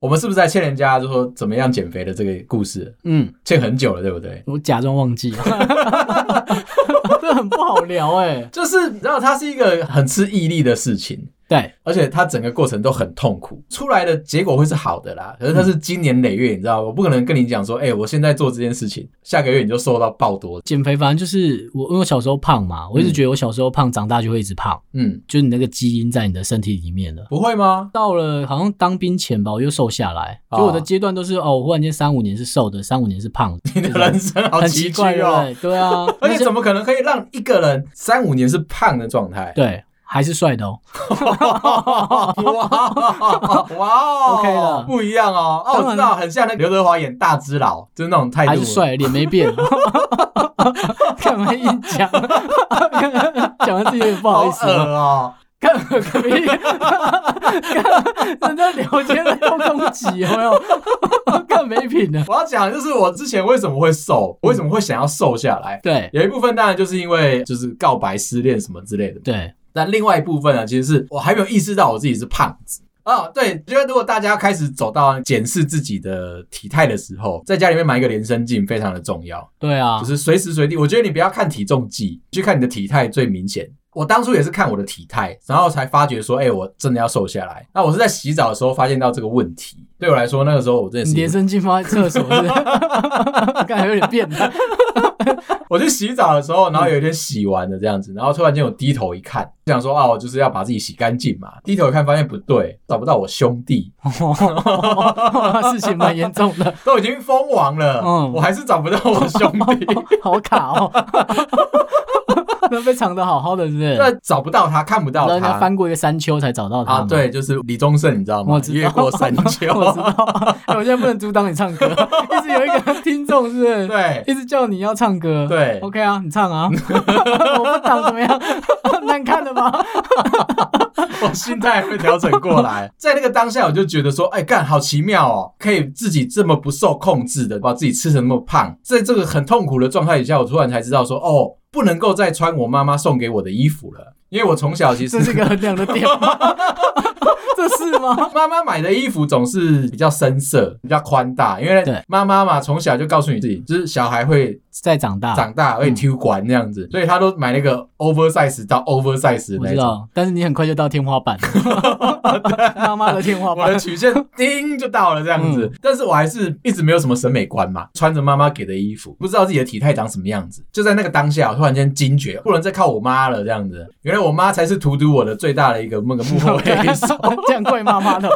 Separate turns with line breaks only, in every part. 我们是不是在欠人家就说怎么样减肥的这个故事，
嗯，
欠很久了，对不对？
我假装忘 记，这很不好聊哎、
就是你知道，它是一个很吃毅力的事情，
对，
而且它整个过程都很痛苦，出来的结果会是好的啦。可是它是经年累月，你知道，我不可能跟你讲说，哎、我现在做这件事情，下个月你就瘦到爆多。
减肥反正就是我，因为我小时候胖嘛，我一直觉得我小时候胖，长大就会一直胖，
嗯，
就是你那个基因在你的身体里面了。
不会吗？
到了好像当兵前吧，我又瘦下来，
哦
就我的阶段都是哦，我忽然间三五年是瘦的，三五年是胖的，
你的人生好
很
崎
奇
岖
怪，
哦。
对不对？对 啊，
而
那
且
些
怎么可能可以让一个人三五年是胖的状态？
对还是帅的哦，
哇哦哇
OK 了
不一样哦。哦，我知
当啊
道，很像那个刘德华演大只佬，就是那种态度，
还是。帅，脸没变。 干嘛一讲， 讲的自己有点不
好
好意思啊
恶
了。
哦！
干个屁！干人家聊天在用攻击，有没有？干没品的。
我要讲的就是我之前为什么会瘦，
嗯
为什么会想要瘦下来。
对
有一部分当然就是因为就是告白、失恋什么之类的，
对，
但另外一部分呢，其实是我还没有意识到我自己是胖子啊、对，觉得如果大家开始走到检视自己的体态的时候，在家里面买一个连身镜非常的重要。
对啊
就，是随时随地，我觉得你不要看体重计，去看你的体态最明显。我当初也是看我的体态，然后才发觉说，哎、我真的要瘦下来。那我是在洗澡的时候发现到这个问题，对我来说，那个时候我真的
你连
是，
身镜放在厕所是不是，刚才有点变态。
我去洗澡的时候，然后有一天洗完了这样子，然后突然间我低头一看，就想说，啊，我就是要把自己洗干净嘛。低头一看，发现不对，找不到我兄 弟，
事情蛮严重的，
都已经封王了，
嗯
我还是找不到我兄弟。
好卡哦。那被藏的好好的，是不是？
那找不到他，看不到
人家
他
翻过一个山丘才找到他
啊，
嘛
对，，就是李宗盛，你知道吗？
我知道
越过山丘，
我知道。哎我现在不能阻挡你唱歌，一直有一个听众是不是？
对，
一直叫你要唱歌，
对
，OK 啊，你唱啊， 我不挡怎么样？ 难看的 吗？
我心态会调整过来， 在那个当下，我就觉得说，哎、干好奇妙哦，可以自己这么不受控制的把自己吃成那么胖，在这个很痛苦的状态底下，我突然才知道说，哦，不能够再穿我妈妈送给我的衣服了，因为我从小其实
这是一个衡量的点吗？这是 吗？
妈妈买的衣服总是比较深色、比较宽大，因
对
为妈妈嘛从小就告诉你自己，就是小孩会
再长大，
长大会挑管那样子，所以她都买那个 oversize 到 oversize 的
我
那
知
种。
道，但是你很快就到天花板， 妈妈的天花
我的
板。
曲线叮就到了这样子，
嗯
但是我还是一直没有什么审美观嘛，穿着妈妈给的衣服，不知道自己的体态长什么样子。就在那个当下，我突然间惊觉，不能再靠我妈了这样子。原来我妈才是荼毒我的最大的一个那个 幕后黑手，
这样怪妈 妈的，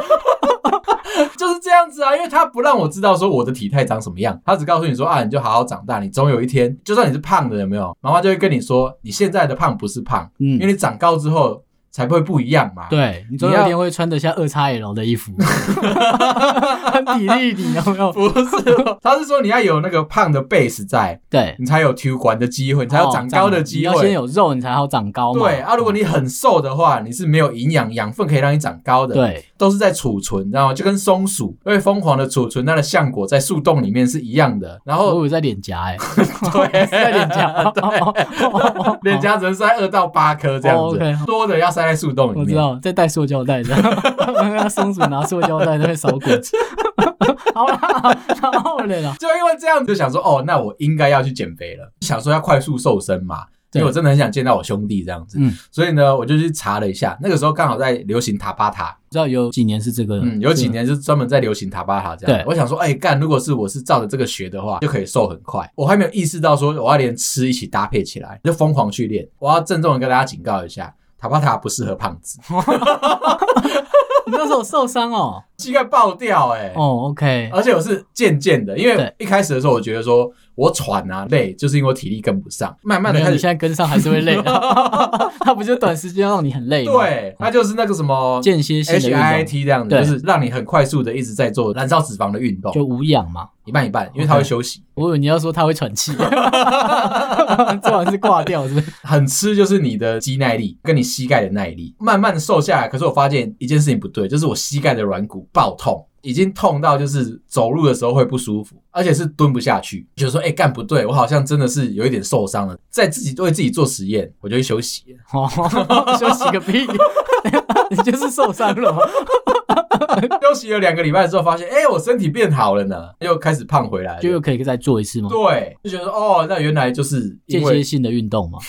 就是这样子啊，因为她不让我知道说我的体态长什么样，她只告诉你说啊，你就好好长大，你总有一天，就算你是胖的，有没有？妈妈就会跟你说，你现在的胖不是胖，因为
嗯，
你长高之后才会不一样嘛。
对你总有一天会穿得下二叉 L 的衣服， 很砥砺你，有没 有？
不是，哦她是说你要有那个胖的 base 在，
对，
你才有体管的机会，你才有长高的机
哦你要
会。
先有肉，你才好长高嘛。嗯
对啊，如果你很瘦的话，你是没有营养，养分可以让你长高的。，
对
都是在储存，你知道吗？就跟松鼠会疯狂的储存它的橡果在树洞里面是一样的。然
我以
后
为在脸颊 哎，
对，
在脸颊，
脸颊只能塞二到八颗这样
哦
子
，OK
多的要塞在树洞里
我知
面。
道，在带塑胶袋 的，让松鼠拿塑胶袋在那边扫滚。好啦，然后嘞啦，
就因为这样，就想说哦，那我应该要去减肥了，想说要快速瘦身嘛。因
对
为我真的很想见到我兄弟这样子，
嗯
所以呢，我就去查了一下，那个时候刚好在流行塔巴塔，
知道有几年是这个，
嗯，有几
这个
年是专门在流行塔巴塔这样。
对
我想说，哎、干，如果是我是照着这个学的话，就可以瘦很快。我还没有意识到说我要连吃一起搭配起来，就疯狂去练。我要郑重的跟大家警告一下，塔巴塔不适合胖子，
你那时候受伤哦，
膝盖爆掉哎、
哦，OK，
而且我是渐渐的，因为
对
一开始的时候，我觉得说我喘啊累，就是因为我体力跟不上，慢慢的
没有，
开
你
始
现在跟上还是会累 的，它不就短时间让你很累吗？，哦
对，那就是那个什么
间歇性的
H I
运
T 这样子，
对
就是让你很快速的一直在做燃烧脂肪的运动
动，就无氧嘛。
一半一半，因为它会休息。
我以为你要说它会喘气， 这完是挂掉是不是？
很吃就是你的肌耐力跟你膝盖的耐力，慢慢的瘦下来。可是我发现一件事情不对，就是我膝盖的软骨爆痛，已经痛到就是走路的时候会不舒服，而且是蹲不下去。就说哎干、不对，我好像真的是有一点受伤了。在自己为自己做实验，我就去休 息了。
哦哦，休息个屁，你就是受伤了嘛。
休息了两个礼拜之后，发现哎、我身体变好了呢，又开始胖回来了。
就又可以再做一次吗？
对，就觉得说哦，那原来就是
间
因
歇
为
性的 运动嘛，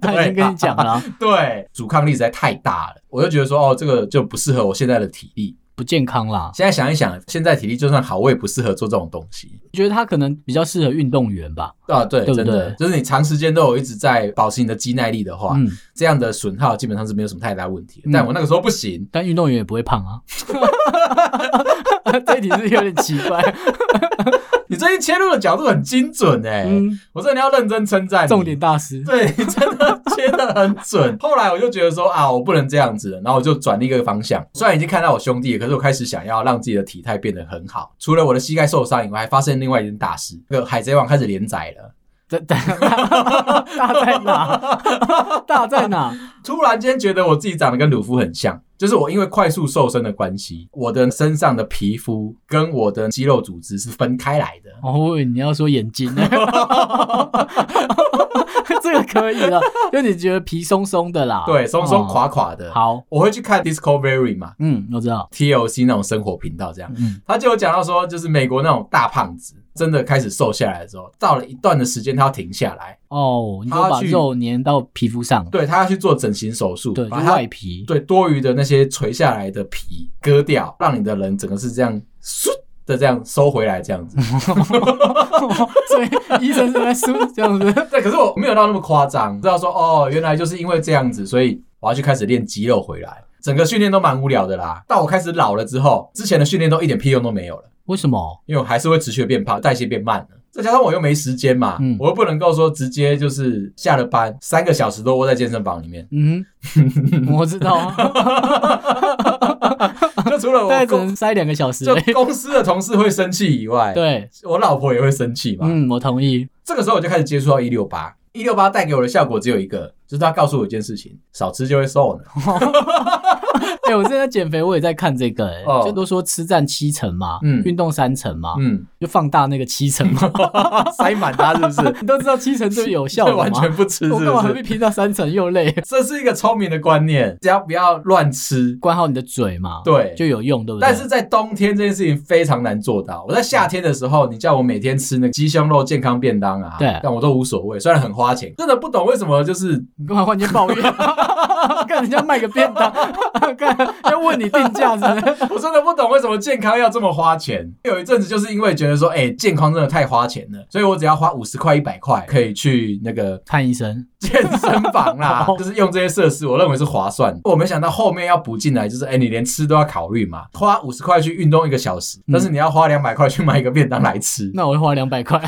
他已经跟你讲了啊、
对阻抗力实在太大了，我就觉得说哦，这个就不适合我现在的体力。
不健康啦。
现在想一想，现在体力就算好，我也不适合做这种东西。
觉得他可能比较适合运动员吧。
啊，对，
对不
真的，就是你长时间都有一直在保持你的肌耐力的话，
嗯，
这样的损耗基本上是没有什么太大问题的。
嗯
但我那个时候不行，
但运动员也不会胖啊。 这一题是有点奇怪。
哎你最近切入的角度很精准哎、
嗯，
我真的要认真称赞你。
重点大师。
对， 你真的切的很准。后来我就觉得说啊，我不能这样子了，然后我就转了一个方向。虽然已经看到我兄弟了，可是我开始想要让自己的体态变得很好。除了我的膝盖受伤以外，还发生另外一件大事，那个《海贼王》开始连载了。
大大大在哪？ 大在哪？
突然间觉得我自己长得跟鲁夫很像，就是我因为快速瘦身的关系，我的身上的皮肤跟我的肌肉组织是分开来的。
哦，我以为你要说眼睛呢。 这个可以了，就你觉得皮松松的啦，
对，松松
哦。
垮垮的。
好，
我会去看 Discovery 嘛
嗯，我知道。
，TLC 那种生活频道这样。
嗯，
他就有讲到说，就是美国那种大胖子真的开始瘦下来的时候，到了一段的时间，他要停下来，
哦，你就
他
把
去
肉粘到皮肤上，
对他要去做整形手术，
对，就
把他
外皮，
对多余的那些垂下来的皮割掉，让你的人整个是这样嗖的这样收回来这样子。
所以医生是在说这样子。
对，可是我没有到那么夸张，知道说哦，原来就是因为这样子，所以我要去开始练肌肉回来。整个训练都蛮无聊的啦。到我开始老了之后，之前的训练都一点屁用都没有了。
为什么？
因为我还是会持续地变胖，代谢变慢了。再加上我又没时间嘛，
嗯，
我又不能够说直接就是下了班三个小时都窝在健身房里面
嗯， 我知道 啊，
就除了
大概
我
只
公
能塞两个啊小时
就
而已。
公司的同事会生气以外，，
对，
我老婆也会生气嘛。
嗯，我同意。
这个时候我就开始接触到一六八，一六八带给我的效果只有一个，就是它告诉我一件事情：少吃就会瘦呢。
哎、我现在减肥，我也在看这个、哎、
哦
就都说吃占七成嘛，
嗯
运动三成嘛，
嗯，
就放大那个七成嘛。
塞满它是不 是？
你都知道七成最有效
这
的
完
嘛，
全不吃是
我干嘛
不
何必
是？
拼到三成又累？
这是一个聪明的观念， 只要不要乱吃，
管好你的嘴嘛，，
对，
就有用，对不对？
但是在冬天这件事情非常难做到。我在夏天的时候，你叫我每天吃那个鸡胸肉健康便当啊，
对
但我都无所谓，虽然很花钱，真的不懂为什么就是
你干嘛忽然间抱怨？ 看人家卖个便当， 看要问你定价是不是？
我真的不懂为什么健康要这么花钱。有一阵子就是因为觉得说，哎、健康真的太花钱了，所以我只要花五十块、一百块可以去那个
看医生，
健身房啦
哦，
就是用这些设施，我认为是划算的。我没想到后面要补进来，就是哎、你连吃都要考虑嘛，花五十块去运动一个小时，但是你要花两百块去买一个便当来吃。
嗯那我会花两百块，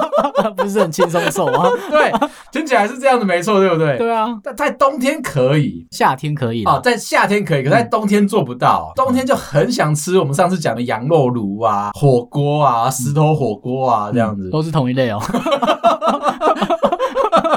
不是很轻松瘦啊？
对，听起来是这样子，没错，对不 对？
对啊，
但在冬天可以
夏天可以啦
啊、在夏天可以，可
嗯
在冬天做不到。冬天就很想吃我们上次讲的羊肉炉啊、火锅啊、石头火锅啊这样子。
都是同一类嗯哦。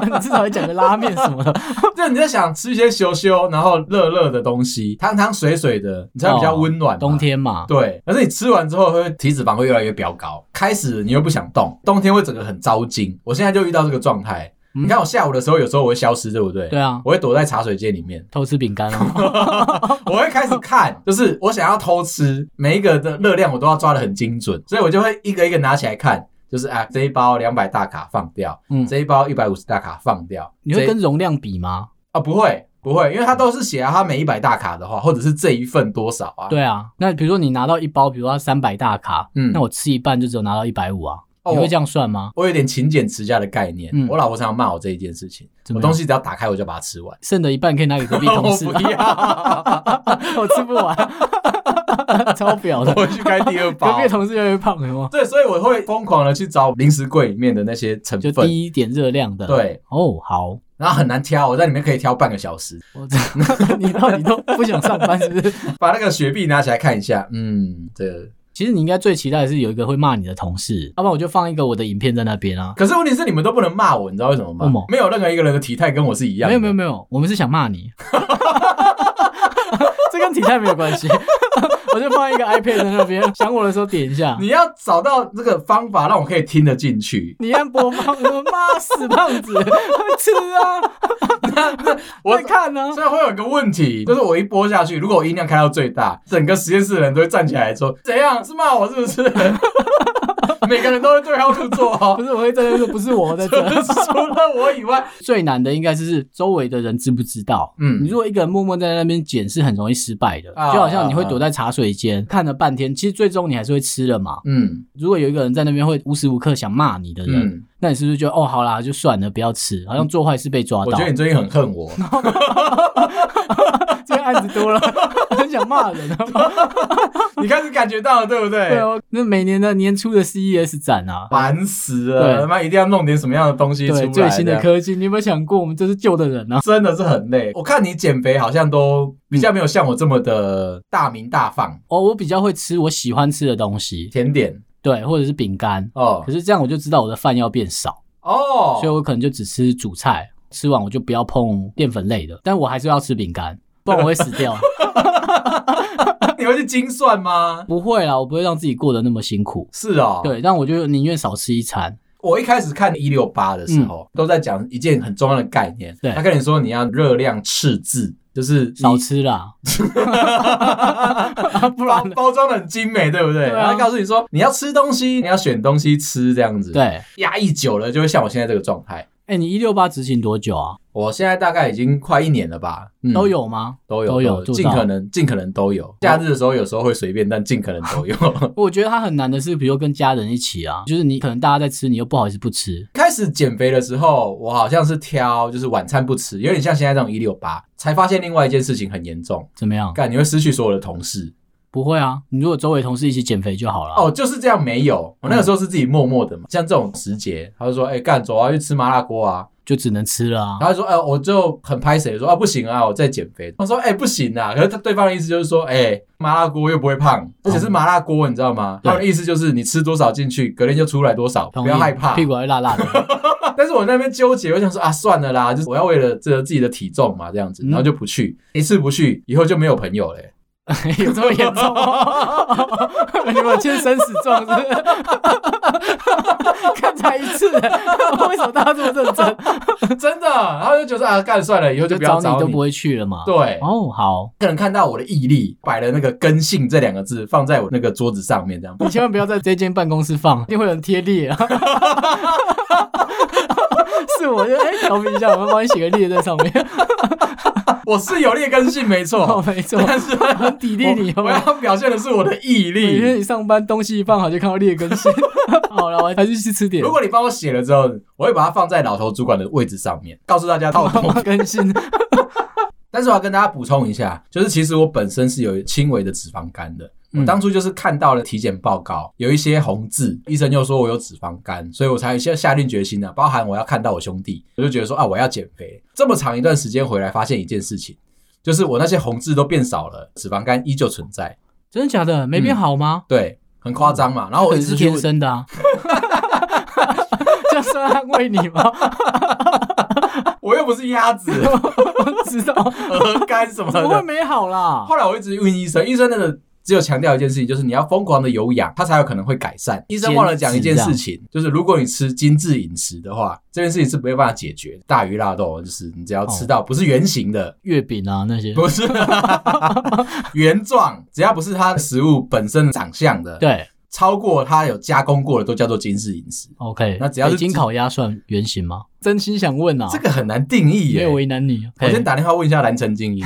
你至少会讲个拉面什么的，
就你在想吃一些羞羞，然后热热的东西，汤汤水水的，你才会比
哦
较温暖、
冬。天嘛，
对，可是你吃完之后，会体脂肪会越来越飙高。开始你又不想动，冬天会整个很糟心。我现在就遇到这个状态。
嗯
你看我下午的时候，有时候我会消失，对不对？
对啊，
我会躲在茶水间里面，
偷吃饼干哦。
我会开始看，就是我想要偷吃，每一个的热量我都要抓得很精准，所以我就会一个一个拿起来看，就是啊这一包两百大卡放掉，
嗯
这一包一百五十大卡放掉，
你会
这
跟容量比吗？
啊不会不会，因为它都是写啊，它每一百大卡的话，或者是这一份多少啊？，
对啊，那比如说你拿到一包，比如说三百大卡，
嗯
那我吃一半就只有拿到一百五啊，
哦
你会这样算吗？
我有点勤俭持家的概念，
嗯
我老婆常常骂我这一件事情，
怎
我
么
东
样
西只要打开我就把它吃 完，
剩的一半可以拿给隔壁同事
哦我
啊
不，要，
我吃 不完，超表
我
的。
会去开第二
隔
包
壁。的同事越来越胖了吗？
对，所以我会疯狂的去找零食柜里面的那些成
就
分，
低一点热量的。，
对，
哦，好，
然后很难挑，我在里面可以挑半个小时，
我 你到底都不想上班是不是？
把那个雪碧拿起来看一下，嗯，对。
其实你应该最期待的是有一个会骂你的同事，要不然我就放一个我的影片在那边啊。
可是问题是你们都不能骂我，你知道为什么吗？
为什么
没有任何一个人的体态跟我是一样的。
没有没有没 有，我们是想骂你，这跟体态没有关系。 我就放一个 iPad 在那边，想我的时候点一下。
你要找到这个方法，让我可以听得进去。
你按播放，我妈死胖子， 吃啊！
我
在看 啊，
所以会有一个问题，就是我一播下去，如果我音量开到最大，整个实验室的人都会站起来说：“怎样？是骂我是不 是？”每个人都会对号入座
不
哦，
是我会在那边说，不是我在这。
除了我以外，
最难的应该就是周围的人知不知道。你
嗯，
如果一个人默默在那边剪，是很容易失败的。
啊
就好像你会躲在茶水间看了半天，其实最终你还是会吃了嘛。
嗯
如果有一个人在那边会无时无刻想骂你的人，
嗯，
那你是不是就哦好啦，就算了，不要吃，好像做坏事被抓
我
到
觉得。你最近很恨我，
这个案子多了，很想骂人啊。
你开始感觉到了，对不
对
对？
哦，那每年的年初的 CES 展啊，
烦死
对
了，他妈一定要弄点什么样的东西出
对
来，
最新
这
的
样
科技，你有没有想过我们这是旧的人啊？
真的是很累。我看你减肥好像
嗯
都比较没有像我这么的大名大放，
哦，我比较会吃我喜欢吃的东西，
甜点
对，或者是饼干。
哦
可是这样我就知道我的饭要变少，
哦，
所以我可能就只吃主菜，吃完我就不要碰淀粉类的，但我还是要吃饼干，不然我会死 掉。
你会去精算吗？
不会啦，我不会让自己过得那么辛苦。
是哦，，
对，但我就宁愿少吃一餐。
我一开始看一六八的时候，都在讲一件很重要的概念，
嗯对
他跟你说你要热量赤字，就是你
少吃啦，不
包
然呢
包装的很精美，对不对？
对啊
然后他告诉你说你要吃东西，你要选东西吃这样子，，
对。
压抑久了就会像我现在这个状态。
哎、你一六八执行多久啊？
我现在大概已经快一年了吧，嗯
都有吗？
都有
都有做
尽
到
可能尽可能都有。假日的时候有时候会随便，但尽可能都有。
我觉得它很难的是，比如跟家人一起啊，就是你可能大家在吃，你又不好意思不吃。
开始减肥的时候，我好像是挑就是晚餐不吃，有点像现在这种一六八，才发现另外一件事情很严重，
怎么样？
干你会失去所有的同事。
不会啊，你如果周围同事一起减肥就好了。
哦，就是这样，没有。我那个时候是自己默默的嘛，像这种时节，他就说：“哎、干，走啊，去吃麻辣锅啊。
就只能吃了”啊。
然后他说：“哎、我就很拍谁说啊，不行啊，我在减肥。”我说：“哎、不行啊。”可是他对方的意思就是说：“哎、麻辣锅又不会胖，而且是麻辣锅，你知道吗？”
对
他们的意思就是你吃多少进去，隔天就出来多少，
同
不
意
要害怕。
屁股会辣辣的。
但是我那边纠结，我想说啊，算了啦，就是我要为了这个自己的体重嘛，这样子，
嗯
然后就不去，一次不去，以后就没有朋友嘞。
有这么严重吗？ 你们签生死状是不 是？看才一次，为什么大家这么认真？
真的，然后就觉得啊，干算了， 以后就不要
找
找
你
你。
都不会去了嘛。
对，
哦，好，
可能看到我的毅力，摆了那个“根性”这两个字放在我那个桌子上面，这样。
你千万不要在这间办公室放，一定会有人贴裂啊。 是我就哎调皮一下，我们帮你写个裂在上面。
我是有劣根性，没
哦，
错，
没错，
但是我
很砥砺你
我
哦。
要表现的是我的毅
每
力。
天你上班东西一放好就看到劣根性。 好了，我还是去吃点
如。果你帮我写了之后，我会把它放在老头主管的位置上面，告诉大家到 头。
更新，
但是我要跟大家补充一下，就是其实我本身是有轻微的脂肪肝的。
嗯
我当初就是看到了体检报告，有一些红字，医生又说我有脂肪肝，所以我才下下定决心啊，包含我要看到我兄弟，我就觉得说啊，我要减肥。这么长一段时间回来，发现一件事情，就是我那些红字都变少了，脂肪肝依旧存在，
真的假的？没变好吗？
对，很夸张嘛。然后我
嗯可
一
能
直
是
去
天生的 啊。这样算安慰你吗？
我又不是鸭 子、
我知 道，
鹅肝什么
怎么会
的。
没好啦？
后来我一直问医生，医生那个只有强调一件事情，就是你要疯狂的有氧，它才有可能会改善。医生忘了讲一件事情，就是如果你吃精致饮食的话，这件事情是没有办法解决。大鱼大肉就是你只要吃
哦
到不是圆形 的，
月饼啊那些，
不是原状，只要不是它的食物本身的长相的，
对
超过它有加工过的都叫做精致饮食。
，OK。
那只要是
北京烤鸭算圆形吗？真心想问啊，
这个很难定义
没
耶、
有为难你。
我先打电话问一下蓝城精英，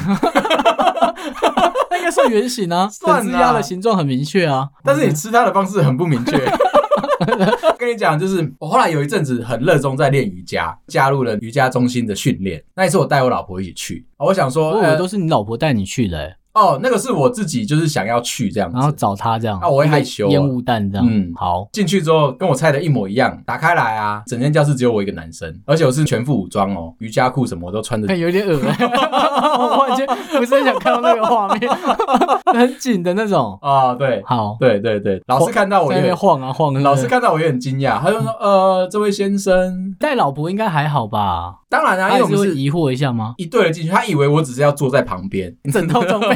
那应该 算圆形啊，
算啊
整只鸭的形状很明确啊。
但是你吃它的方式很不明确。 跟你讲，就是我后来有一阵子很热衷在练瑜伽，加入了瑜伽中心的训练。那一次我带我老婆一起去，我想
不
说，
过
呃
我都是你老婆带你去的欸，
哦，那个是我自己就是想要去这样
然后
子。
找她这样，
啊我会害羞啊
烟雾弹这样。
嗯
好，
进去之后跟我猜的一模一样，打开来啊，整间教室只有我一个男生，而且我是全副武装哦，瑜伽裤什么我都穿着
看。有点恶 欸，我完全不是很想看到那个画面， 很紧的那种。
啊、对
好，
对对对，老师看到我
在嗯
也
那边
很，
晃啊晃，
老师看到我也很惊讶，他就说：“呃，这位先生，
带老婆应该还好吧？
当然啊，因为
他也
我
是
们
会
是
疑惑一 下吗？
一对了进去，他以为我只是要坐在旁边。
整套装备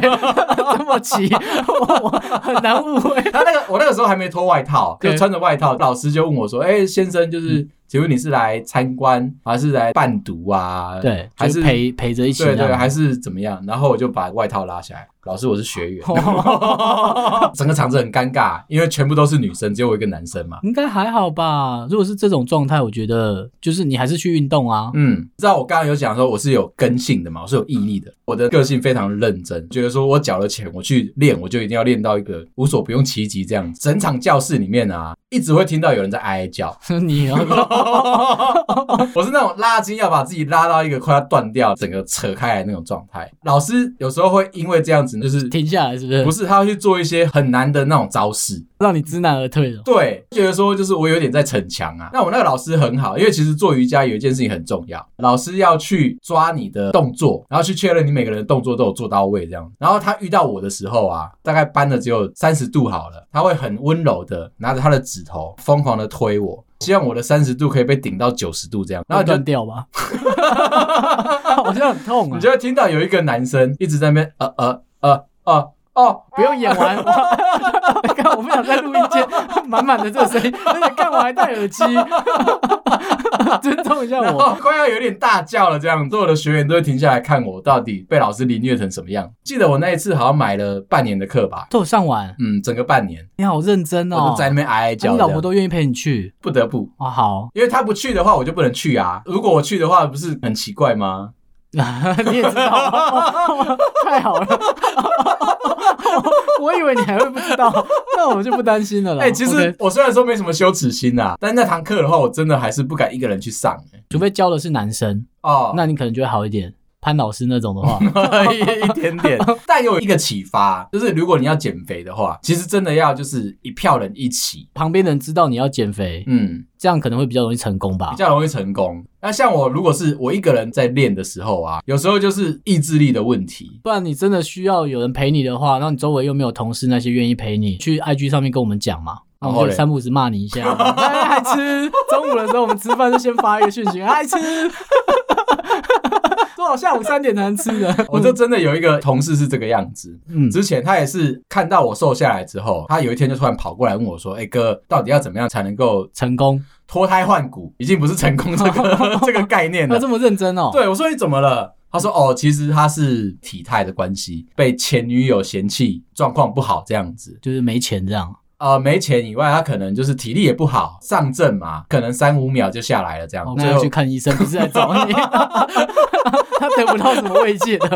这么齐，我很难误会。
他那个我那个时候还没脱外套，
对
就穿着外套，老师就问我说：“哎、先生，
嗯
就是请问你是来参观还是来伴读啊？”
对，
还
就是陪陪着一起
对
这
对，
样。
还是怎么样？然后我就把外套拉下来。老师，我是学员，
哦
整个场子很尴尬，因为全部都是女生，只有我一个男生嘛。
应该还好吧。如果是这种状态，我觉得就是你还是去运动啊。
嗯，知道我刚刚有讲说我是有根性的嘛，我是有毅力的，我的个性非常认真，觉得说我缴了钱，我去练，我就一定要练到一个无所不用其极这样。整场教室里面啊，一直会听到有人在哀哀叫，
你然 后
我是那种拉筋要把自己拉到一个快要断掉，整个扯开来那种状态。老师有时候会因为这样子，就是
停下来是不是？
不是他会去做一些很难的那种招式，
让你知难而退了。
对，觉得说就是我有点在逞强啊。那我那个老师很好，因为其实做瑜伽有一件事情很重要，老师要去抓你的动作，然后去确认你每个人的动作都有做到位这样。然后他遇到我的时候啊，大概扳的只有三十度好了，他会很温柔的拿着他的指头疯狂的推我。希望我的三十度可以被顶到九十度这样，然后
会
你就
断 掉吧， 好像很痛啊
你！就会听到有一个男生一直在那边呃呃呃呃哦，
不用演完，看我不想在录音 间满满的这个声音，而且看我还戴耳机，尊重一下
然
我。
后快要有点大叫了，这样所有的学员都会停下来看我到底被老师凌虐成什么样。记得我那一次好像买了半年的课吧，
都有上完，
嗯，整个半年
你好认真
我
哦！
都在那边哀哀
啊
叫、
你老婆
这样
都愿意陪你去
不得不。
哦，好，
因为他不去的话，我就不能去啊。如果我去的话，不是很奇怪吗？
你也知道， 太好了。 我以为你还会不知道，那我就不担心了啦。
哎、其实
啊 OK，
我虽然说没什么羞耻心啊，但那堂课的话，我真的还是不敢一个人去上、欸。
除非教的是男生，
哦，
那你可能就会好一点。潘老师那种的 话，
一一点 点，但有一个启发，就是如果你要减肥的话，其实真的要就是一票人一起，
旁边的人知道你要减肥，
嗯，
这样可能会比较容易成功吧
比。较容易成功。那像我，如果是我一个人在练的时候啊，有时候就是意志力的问题。
不然你真的需要有人陪你的话，那你周围又没有同事那些愿意陪你，去 IG 上面跟我们讲嘛。那
然
我
后
们
嘞
就三不五时骂你一下， 爱吃。中午的时候我们吃饭就先发一个讯息，爱吃。说好下午三点才 能吃的，
我就真的有一个同事是这个样子，
嗯，
之前他也是看到我瘦下来之后，他有一天就突然跑过来问我说：“哎、哥，到底要怎么样才能够
成功。
脱胎换骨？已经不是成功这个这个概念
那
了。
这么认真哦”？，
对我说：“你怎么了？”他说：“哦，其实他是体态的关系，被前女友嫌弃，状况不好这样子。
就是没钱这样。
呃，没钱以外，他可能就是体力也不好，上阵嘛，可能三五秒就下来了这样。
那
最
要
后
去看医生，不是来找 你，他得不到什么慰藉的，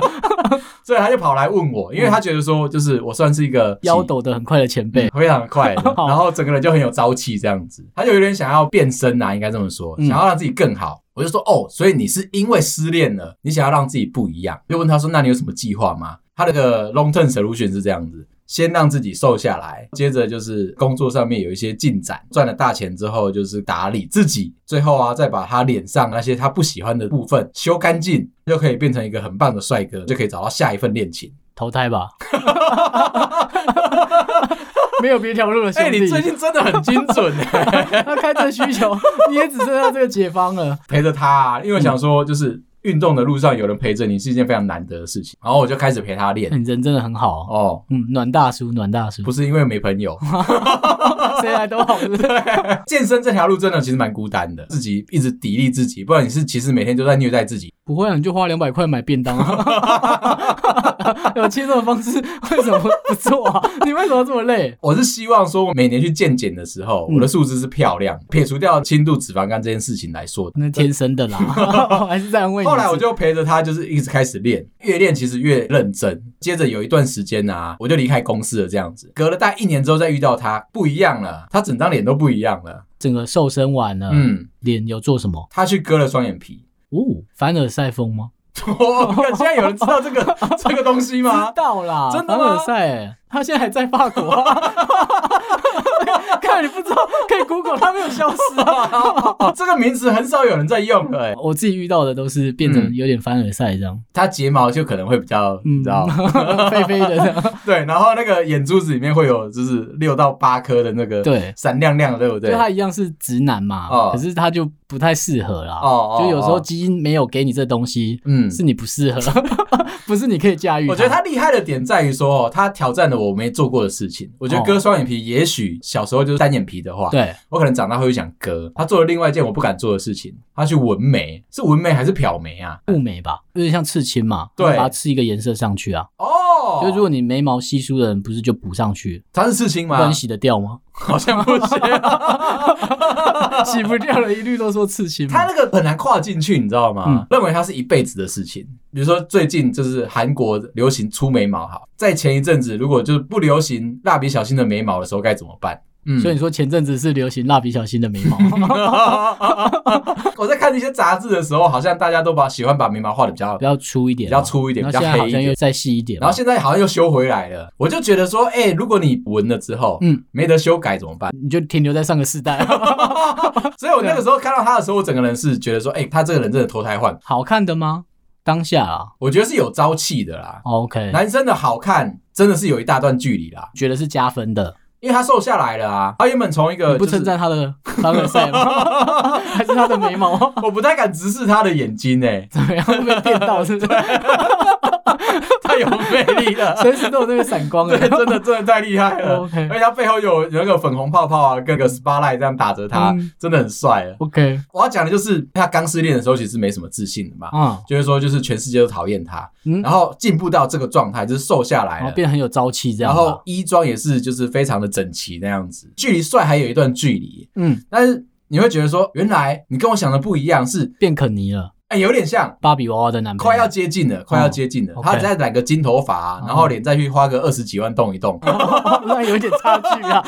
所以他就跑来问我，因为他觉得说，就是我算是一个
腰抖得很快的前辈。
非常快的，
嗯 好
然后整个人就很有朝气这样子，他就有点想要变身啊，应该这么说，
嗯
想要让自己更好。我就说哦，所以你是因为失恋了，你想要让自己不一样，就问他说，那你有什么计划吗？他那个 long term solution 是这样子。先让自己瘦下来，接着就是工作上面有一些进展，赚了大钱之后就是打理自己，最后啊再把他脸上那些他不喜欢的部分修干净，就可以变成一个很棒的帅哥，就可以找到下一份恋情。
投胎吧， 没有别条路了，兄
哎、
弟。
你最近真的很精准哎、
他开这需求， 你也只剩下这个解方了。
陪着他、啊，因为我想说就是运动的路上有人陪着你是一件非常难得的事情，然后我就开始陪他练。
你人真的很好哦，
哦，
嗯，暖大叔，暖大叔
不，是因为没朋友，
谁来都好，是不是？
健身这条路真的其实蛮孤单的，自己一直砥砺自己，不然你是其实每天都在虐待自己。
不会啊，你就花两百块买便当啊。 有切肉的方式，为什么不做啊？ 你为什么这么累？
我是希望说，我每年去健检的时候，
嗯
我的数字是漂亮，撇除掉轻度脂肪肝这件事情来说的。
那天生的啦， 我还是在安慰你。
后来我就陪着他，就是一直开始练，越练其实越认真。接着有一段时间啊，我就离开公司了，这样子。隔了大概一年之后再遇到他，不一样了，他整张脸都不一样了。
整个瘦身完了，
嗯，
脸有做什么？
他去割了双眼皮。
哦，凡尔赛风吗？
我靠！现在有人知道这个这个东西吗
知？道啦，
真的
凡
吗
尔赛欸，他现在还在法国啊。看来你不知道，可以以 Google，它没有消失 啊。
这个名词很少有人在用了、欸，
我自己遇到的都是变成有点凡尔赛这样，
它睫毛就可能会比较，你
嗯
嗯知道，
飞飞的这样，
对，然后那个眼珠子里面会有就是六到八颗的那个，
对
闪亮亮的，对不
就
对？
他一样是直男嘛，
哦
可是他就不太适合啦。
哦哦
就有时
哦
候基因没有给你这东西，
嗯，
是你不适合， 不是你可以驾驭它。
我觉得他厉害的点在于说，哦，他挑战了我没做过的事情。我觉得
哦
割双眼皮，也许小时候就是单眼皮的话，
对
我可能长大会想割。他做了另外一件我不敢做的事情，他去纹眉，是纹眉还是漂眉啊？
雾眉吧，有点像刺青嘛，
对
把它刺一个颜色上去啊。
哦，
就如果你眉毛稀疏的人，不是就补上去，
他是刺青
不然
吗
你？洗得掉吗？
好像不行。啊
洗不掉的一律都说刺青
他那个很难跨进去，你知道吗？
嗯
认为它是一辈子的事情。比如说最近就是韩国流行粗眉毛，好，在前一阵子如果就是不流行蜡笔小新的眉毛的时候该怎么办？嗯
所以你说前阵子是流行蜡笔小新的眉毛，
我在看一些杂志的时候，好像大家都把喜欢把眉毛画的比较
比，较粗一点
比
嘛，
较粗一点
然后
比较
现在
黑
好
一
像
点
又再细一点嘛，哦
然后现在好像又修回来了。我就觉得说，哎、如果你纹了之后，嗯
嗯，
没得修改怎么 办？
你就停留在上个 世代。
所以我那个时候看到他的时候，我整个人是觉得说，哎、他这个人真的脱胎换骨，
好看的吗？当下啊
我觉得是有朝气的啦。
，OK，
男生的好看真的是有一大段距离啦，
觉得是加分的。
因为他瘦下来了啊。他原本从一个、
你不称，赞他的凡尔赛吗？还是他的眉毛
我不太敢直视他的眼睛欸诶、
怎么样会被电到？是不是？
太有魅力了。
随时都有那个闪光
对，
的。
真的真的太厉害了
OK
而且他背后有有那个粉红泡泡啊，跟个 spotlight 这样打着他，
嗯
真的很帅了。
OK，
我要讲的就是他刚失恋的时候，其实没什么自信的嘛，
啊，
就是说就是全世界都讨厌他，
嗯
然后进步到这个状态，就是瘦下来
然
了
后。变得很有朝气这
然
样啊吧。
后衣装也是，就是非常的整齐那样子，距离帅还有一段距离，
嗯，
但是你会觉得说，原来你跟我想的不一样，是
变肯尼了，
哎、有点像，
芭比娃娃的男朋友
快 要接近了，快要接近了，
哦 OK 嗯
他再染个金头发、啊，然后脸再去花个二十几万动一 动，
那有点差距 啊。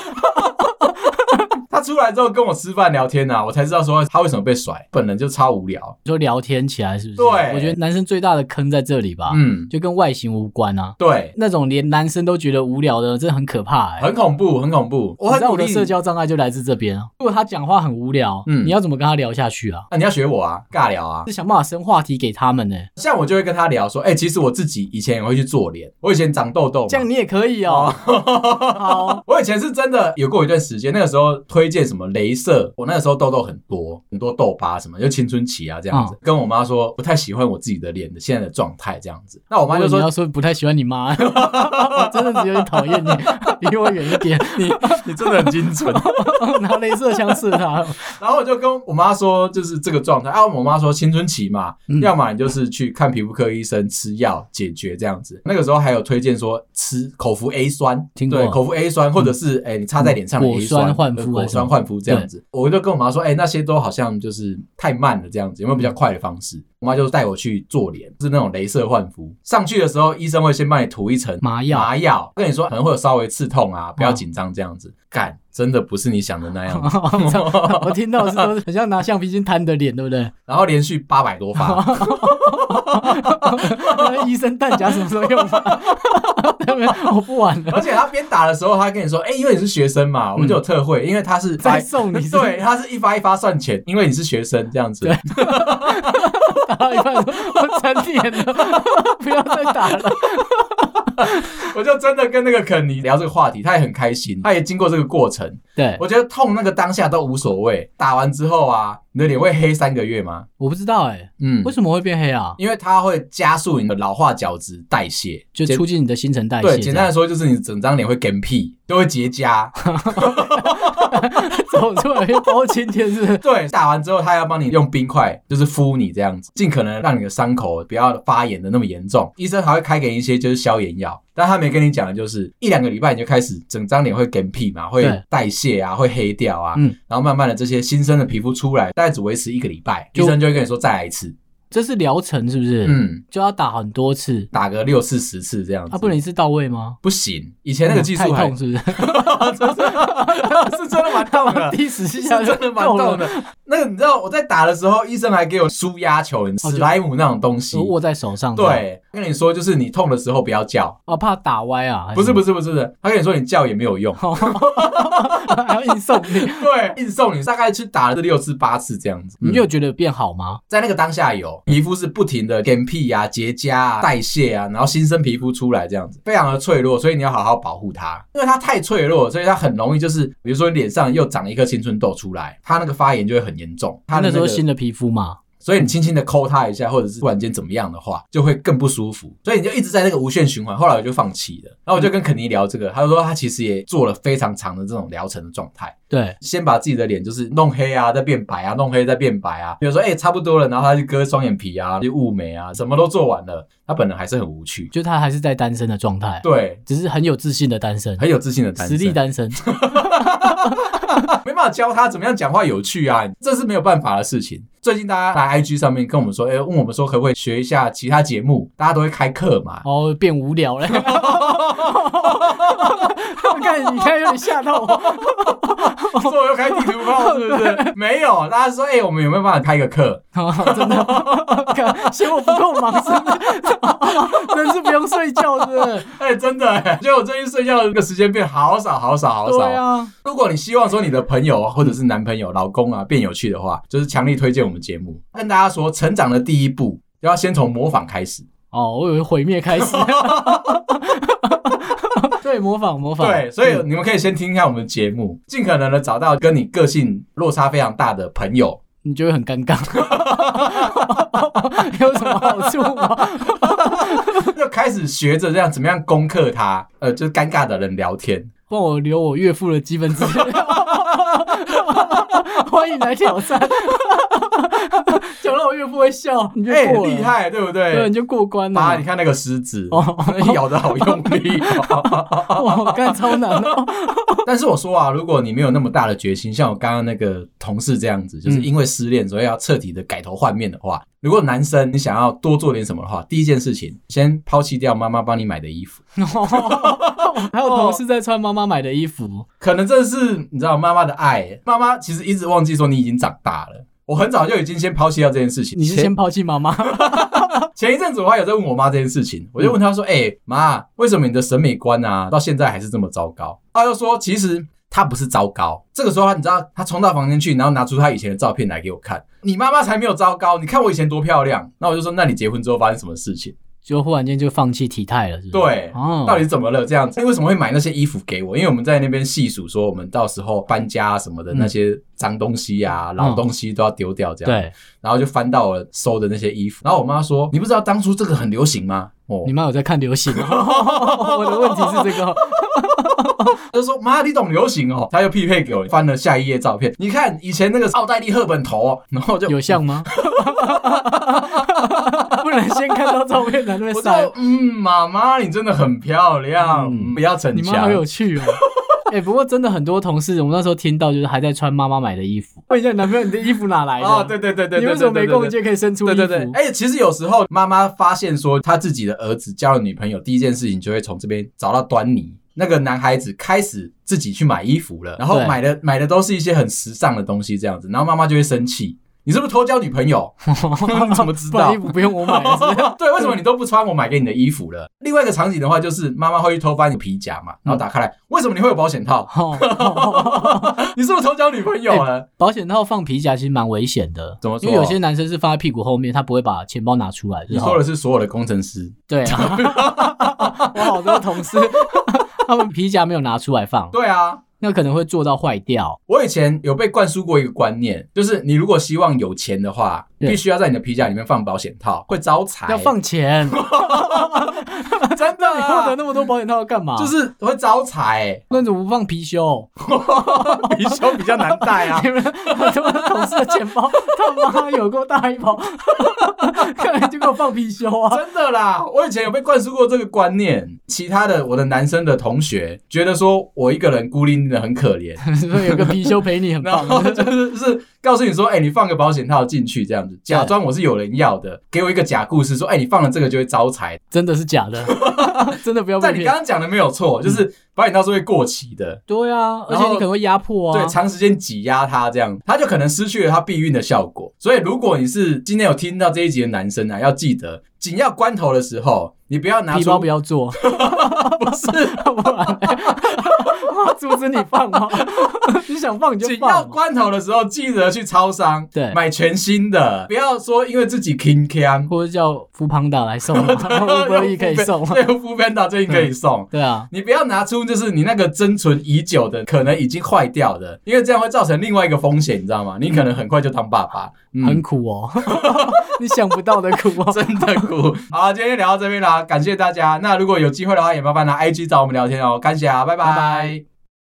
他出来之后跟我吃饭聊天啊，我才知道说他为什么被甩，本人就超无聊。
就聊天起来是不是？
对
我觉得男生最大的坑在这里吧，
嗯，
就跟外形无关啊。
对，
那种连男生都觉得无聊的，真的很可怕哎、
很恐怖，很恐怖。我
你
很
知道
努
我的
力
社交障碍就来自这边啊。如果他讲话很无聊，
嗯
你要怎么跟他聊下去啊？
啊，你要学我啊，尬聊啊。
是想办法生话题给他们呢、
像我就会跟他聊说，哎、其实我自己以前也会去做脸，我以前长痘痘嘛，
这样你也可以哦、好，
我以前是真的有过一段时间，那个时候推荐什么镭射，我那个时候痘痘很多，很多痘疤什么，就青春期啊这样子。跟我妈说不太喜欢我自己的脸的现在的状态这样子， 那我妈
我
就
就
说
你要说不太喜欢你妈， 我真的有点讨厌你， 离我远一点。 你
你真的很精准。
拿镭射枪射他，
然后我就跟我妈说，就是这个状态啊。我妈说青春期嘛，
嗯
要么你就是去看皮肤科医生吃药解决这样子。那个时候还有推荐说吃口服 A 酸，
听过嗯
对口服 A 酸，或者是哎、你擦在脸上的 A
果酸焕肤
对果
还是什
酸
么
焕肤这样子。我就跟我妈说，哎、那些都好像就是太慢了这样子，有没有比较快的方式？我妈就带我去做脸，是那种镭射焕肤。上去的时候，医生会先帮你涂一层
麻药
麻药跟你说可能会有稍微刺痛啊，不要紧张这样子。干，真的不是你想的那样子。哦
我听到的是都是很像拿橡皮筋弹你的脸，对 不对？
然后连续八百 多发，
那医生弹夹什么时候用 啊？我不玩了，
而且他边打的时候，他跟你说：“哎、因为你是学生
嗯
嘛，我们就有特惠，因为他是发
再送你
对，他是一发一发算钱，因为你是学生这样子。
打啊到一半说，我成年了， 不要再打了。
我就真的跟那个肯尼聊这个话题，他也很开心，他也经过这个过程。
对，
我觉得痛那个当下都无所谓，打完之后啊，你的脸会黑三个月吗？
我不知道哎、
嗯
为，什么会变黑啊？
因为它会加速你的老化角质代谢，
就
简
促进你的新陈代谢这
对，
样。
简单的说就是你整张脸会干屁，都会结痂。
走出来包青天是不是
对，打完之后他要帮你用冰块，就是敷你这样子，尽可能让你的伤口不要发炎的那么严重。医生还会开给你一些就是消炎药，但他没跟你讲的就是一两个礼拜你就开始整张脸会干屁嘛，会
对
代谢啊，会黑掉啊，
嗯
然后慢慢的这些新生的皮肤出来，大概只维持一个礼拜，医
就
生就会跟你说再来一次，
这是疗程是不是？，
嗯，
就要打很多次，
打个六次十次这样子。
啊，不能一次到位吗？嗯
不行，以哎前那个技术
太
还
痛是不是？
是真的蛮痛的。
第十
啊 是
下就
真的蛮
够
痛
了
的。那个你知道我在打的时候，医生还给我输压球，你史莱姆那种东西
我。握在手上。，
对，跟你说就是你痛的时候不要叫，
哦，怕打歪啊？
不是不
是，。
是不是不是，他跟你说你叫也没有用
还要硬送你，
对，硬送你大概去打了六次八次这样子。嗯
你有觉得变好吗？
在那个当下有皮肤是不停的干屁啊、结痂啊、代谢啊，然后新生皮肤出来这样子，非常的脆弱，所以你要好好保护它，因为它太脆弱了，所以它很容易就是，比如说脸上又长一颗青春痘出来，它那个发炎就会很严重。它
他
的
那时
那
候
个，
新的皮肤嘛，
所以你轻轻的抠它一下，或者是突然间怎么样的话，就会更不舒服，所以你就一直在那个无限循环。后来我就放弃了，然后我就跟肯尼聊这个，他就说他其实也做了非常长的这种疗程的状态。
对，
先把自己的脸就是弄黑啊，再变白啊，弄黑再变白啊。比如说，哎、差不多了，然后他去割双眼皮啊，去雾眉啊，什么都做完了，他本人还是很无趣，
就他还是在单身的状态，
对，
只是很有自信的单身，
很有自信的单
实
身，
力单身。
没办法教他怎么样讲话有趣啊，这是没有办法的事情。最近大家来 IG 上面跟我们说，哎、问我们说可不可以学一下其他节目，大家都会开课嘛。
哦，变无聊了。 看，你看，有点吓到我。
说我又开地图 炮是不是？没有，大家说，哎、我们有没有办法开个课？
真的，看嫌我不够忙是不是？真是不用睡觉是不是？
哎、真的、 哎，就我最近睡觉的那个时间变好少好少好少。
对啊，
如果你希望说你的朋友啊或者是男朋友、老公啊变有趣的话，就是强力推荐我们节目。跟大家说，成长的第一步要先从模仿开始。
哦，我以为毁灭开始。 对，模仿模仿。
对，所以你们可以先听一下我们的节目，尽可能的找到跟你个性落差非常大的朋友。
你就会很尴尬。 有什么好处吗？
就开始学着这样怎么样攻克他，呃，就是尴尬的人聊天。
帮我留我岳父的基本资料。 欢迎来挑战， 讲到我岳父会笑，你就
哎、
过了
厉，害，对不
对，
对
你？就过关
妈，
了
你。看那个狮子，
哦
咬的好用力、 哦。
哇，干超难 哦。
但是我说啊，如果你没有那么大的决心，像我刚刚那个同事这样子，
嗯
就是因为失恋，所以要彻底的改头换面的话，如果男生你想要多做点什么的话，第一件事情先抛弃掉妈妈帮你买的衣服，
还有同事在穿妈妈买的衣服，
可能这是你知道妈妈的爱，妈妈其实一直忘记说你已经长大了。我很早就已经先抛弃掉这件事情。
你是
前
先抛弃妈妈？
前一阵子我还有在问我妈这件事情，我就问她
嗯
说：“哎、妈，为什么你的审美观啊，到现在还是这么糟糕？”她就说：“其实她不是糟糕。”这个时候她，你知道，她冲到房间去，然后拿出她以前的照片来给我看。你妈妈才没有糟糕，你看我以前多漂亮。那我就说：“那你结婚之后发生什么事情？
就忽然间就放弃体态了，是不是？
对，
哦，
到底怎么了？这样子，你为什么会买那些衣服给我？因为我们在那边细数说，我们到时候搬家啊什么的，
嗯
那些脏东西啊、老
嗯
东西都要丢掉，这样。
对，
然后就翻到我收的那些衣服，然后我妈说：“你不知道当初这个很流行吗？”哦，
你妈有在看流行哦？ 我的问题是这个哦，
他就说：“妈，你懂流行哦。”他又匹配给我翻了下一页照片，你看以前那个奥黛丽·赫本头哦，然后就
有像吗？ 不能先看到照片才那边
我
晒
就，嗯，妈妈你真的很漂亮，
嗯
嗯不要逞
你妈好
强。
有趣哦。 哎、不过真的很多同事，我们那时候听到就是还在穿妈妈买的衣服。问一下你男朋友，你的衣服哪来的？
哦，对对对对，
你
对
为什么没
对
空？
对对
就可以生出衣
对
服？
对对，而且其实有时候妈妈发现说她自己的儿子交了女朋友，第一件事情就会从这边找到端倪。那个男孩子开始自己去买衣服了，然后
对
买的买的都是一些很时尚的东西，这样子，然后妈妈就会生气：“你是不是偷交女朋 友？ 你怎么知
不
道
然衣？服不用我买了，是不 是
对，为什么你都不穿我买给你的衣服了？另外一个场景的话，就是妈妈会去偷翻你皮夹嘛，然后打开来，为什么你会有保险套？
哦
你是不是偷交女朋友啊了？
保险套放皮夹其实蛮危险的，
怎么说
因为有些男生是放在屁股后面，他不会把钱包拿出来。
你
然后
说的是所有的工程师，
对啊，我好多同事他们皮夹没有拿出来放，
对啊。
那可能会做到坏掉。
我以前有被灌输过一个观念，就是你如果希望有钱的话，
对
必须要在你的皮夹里面放保险套，会招财。
要放钱，你
真的
获得
啊，
那么多保险套要干嘛？
就是会招 财、
那你怎么不放貔貅？
貔貅比较难带啊
你。们很多同事的钱包他妈有够大一包，看来就给我放貔貅 啊！
真的啦，我以前有被灌输过这个观念。其他的我的男生的同学觉得说我一个人孤零零的很可怜，
说有个貔貅陪你很
然
棒，
后就是就是告诉你说，哎、你放个保险套进去这样子，假装我是有人要的，给我一个假故事说，哎、你放了这个就会招财。
真的是假 的，真的不嗯要被
但你
骗
刚。刚讲的没有错，就是保险套是会过期的，
对啊，而
然
且
后
你可能会压迫啊。
对，长时间挤压它，这样它就可能失去了它避孕的效果。所以，如果你是今天有听到这一集的男生啊，要记得紧要关头的时候，你不要拿
皮
出
包不要做，
不是
不 然呢我阻止你放吗？ 你想放你就
紧要
放嘛。
关头的时候，记得去超商
对
买全新的，不要说因为自己 king cam。
或者叫福庞达来送 嘛，我不易可以送 嘛。
对，副班长最近可以送。
对啊，
你不要拿出就是你那个珍存已久的，可能已经坏掉的，因为这样会造成另外一个风险，你知道吗？你可能很快就当爸爸，
嗯
嗯
很苦哦， 你想不到的苦哦。
真的苦。好，今天就聊到这边啦，感谢大家。那如果有机会的话，也麻烦拿 IG 找我们聊天哦，感谢啊，拜
拜拜
拜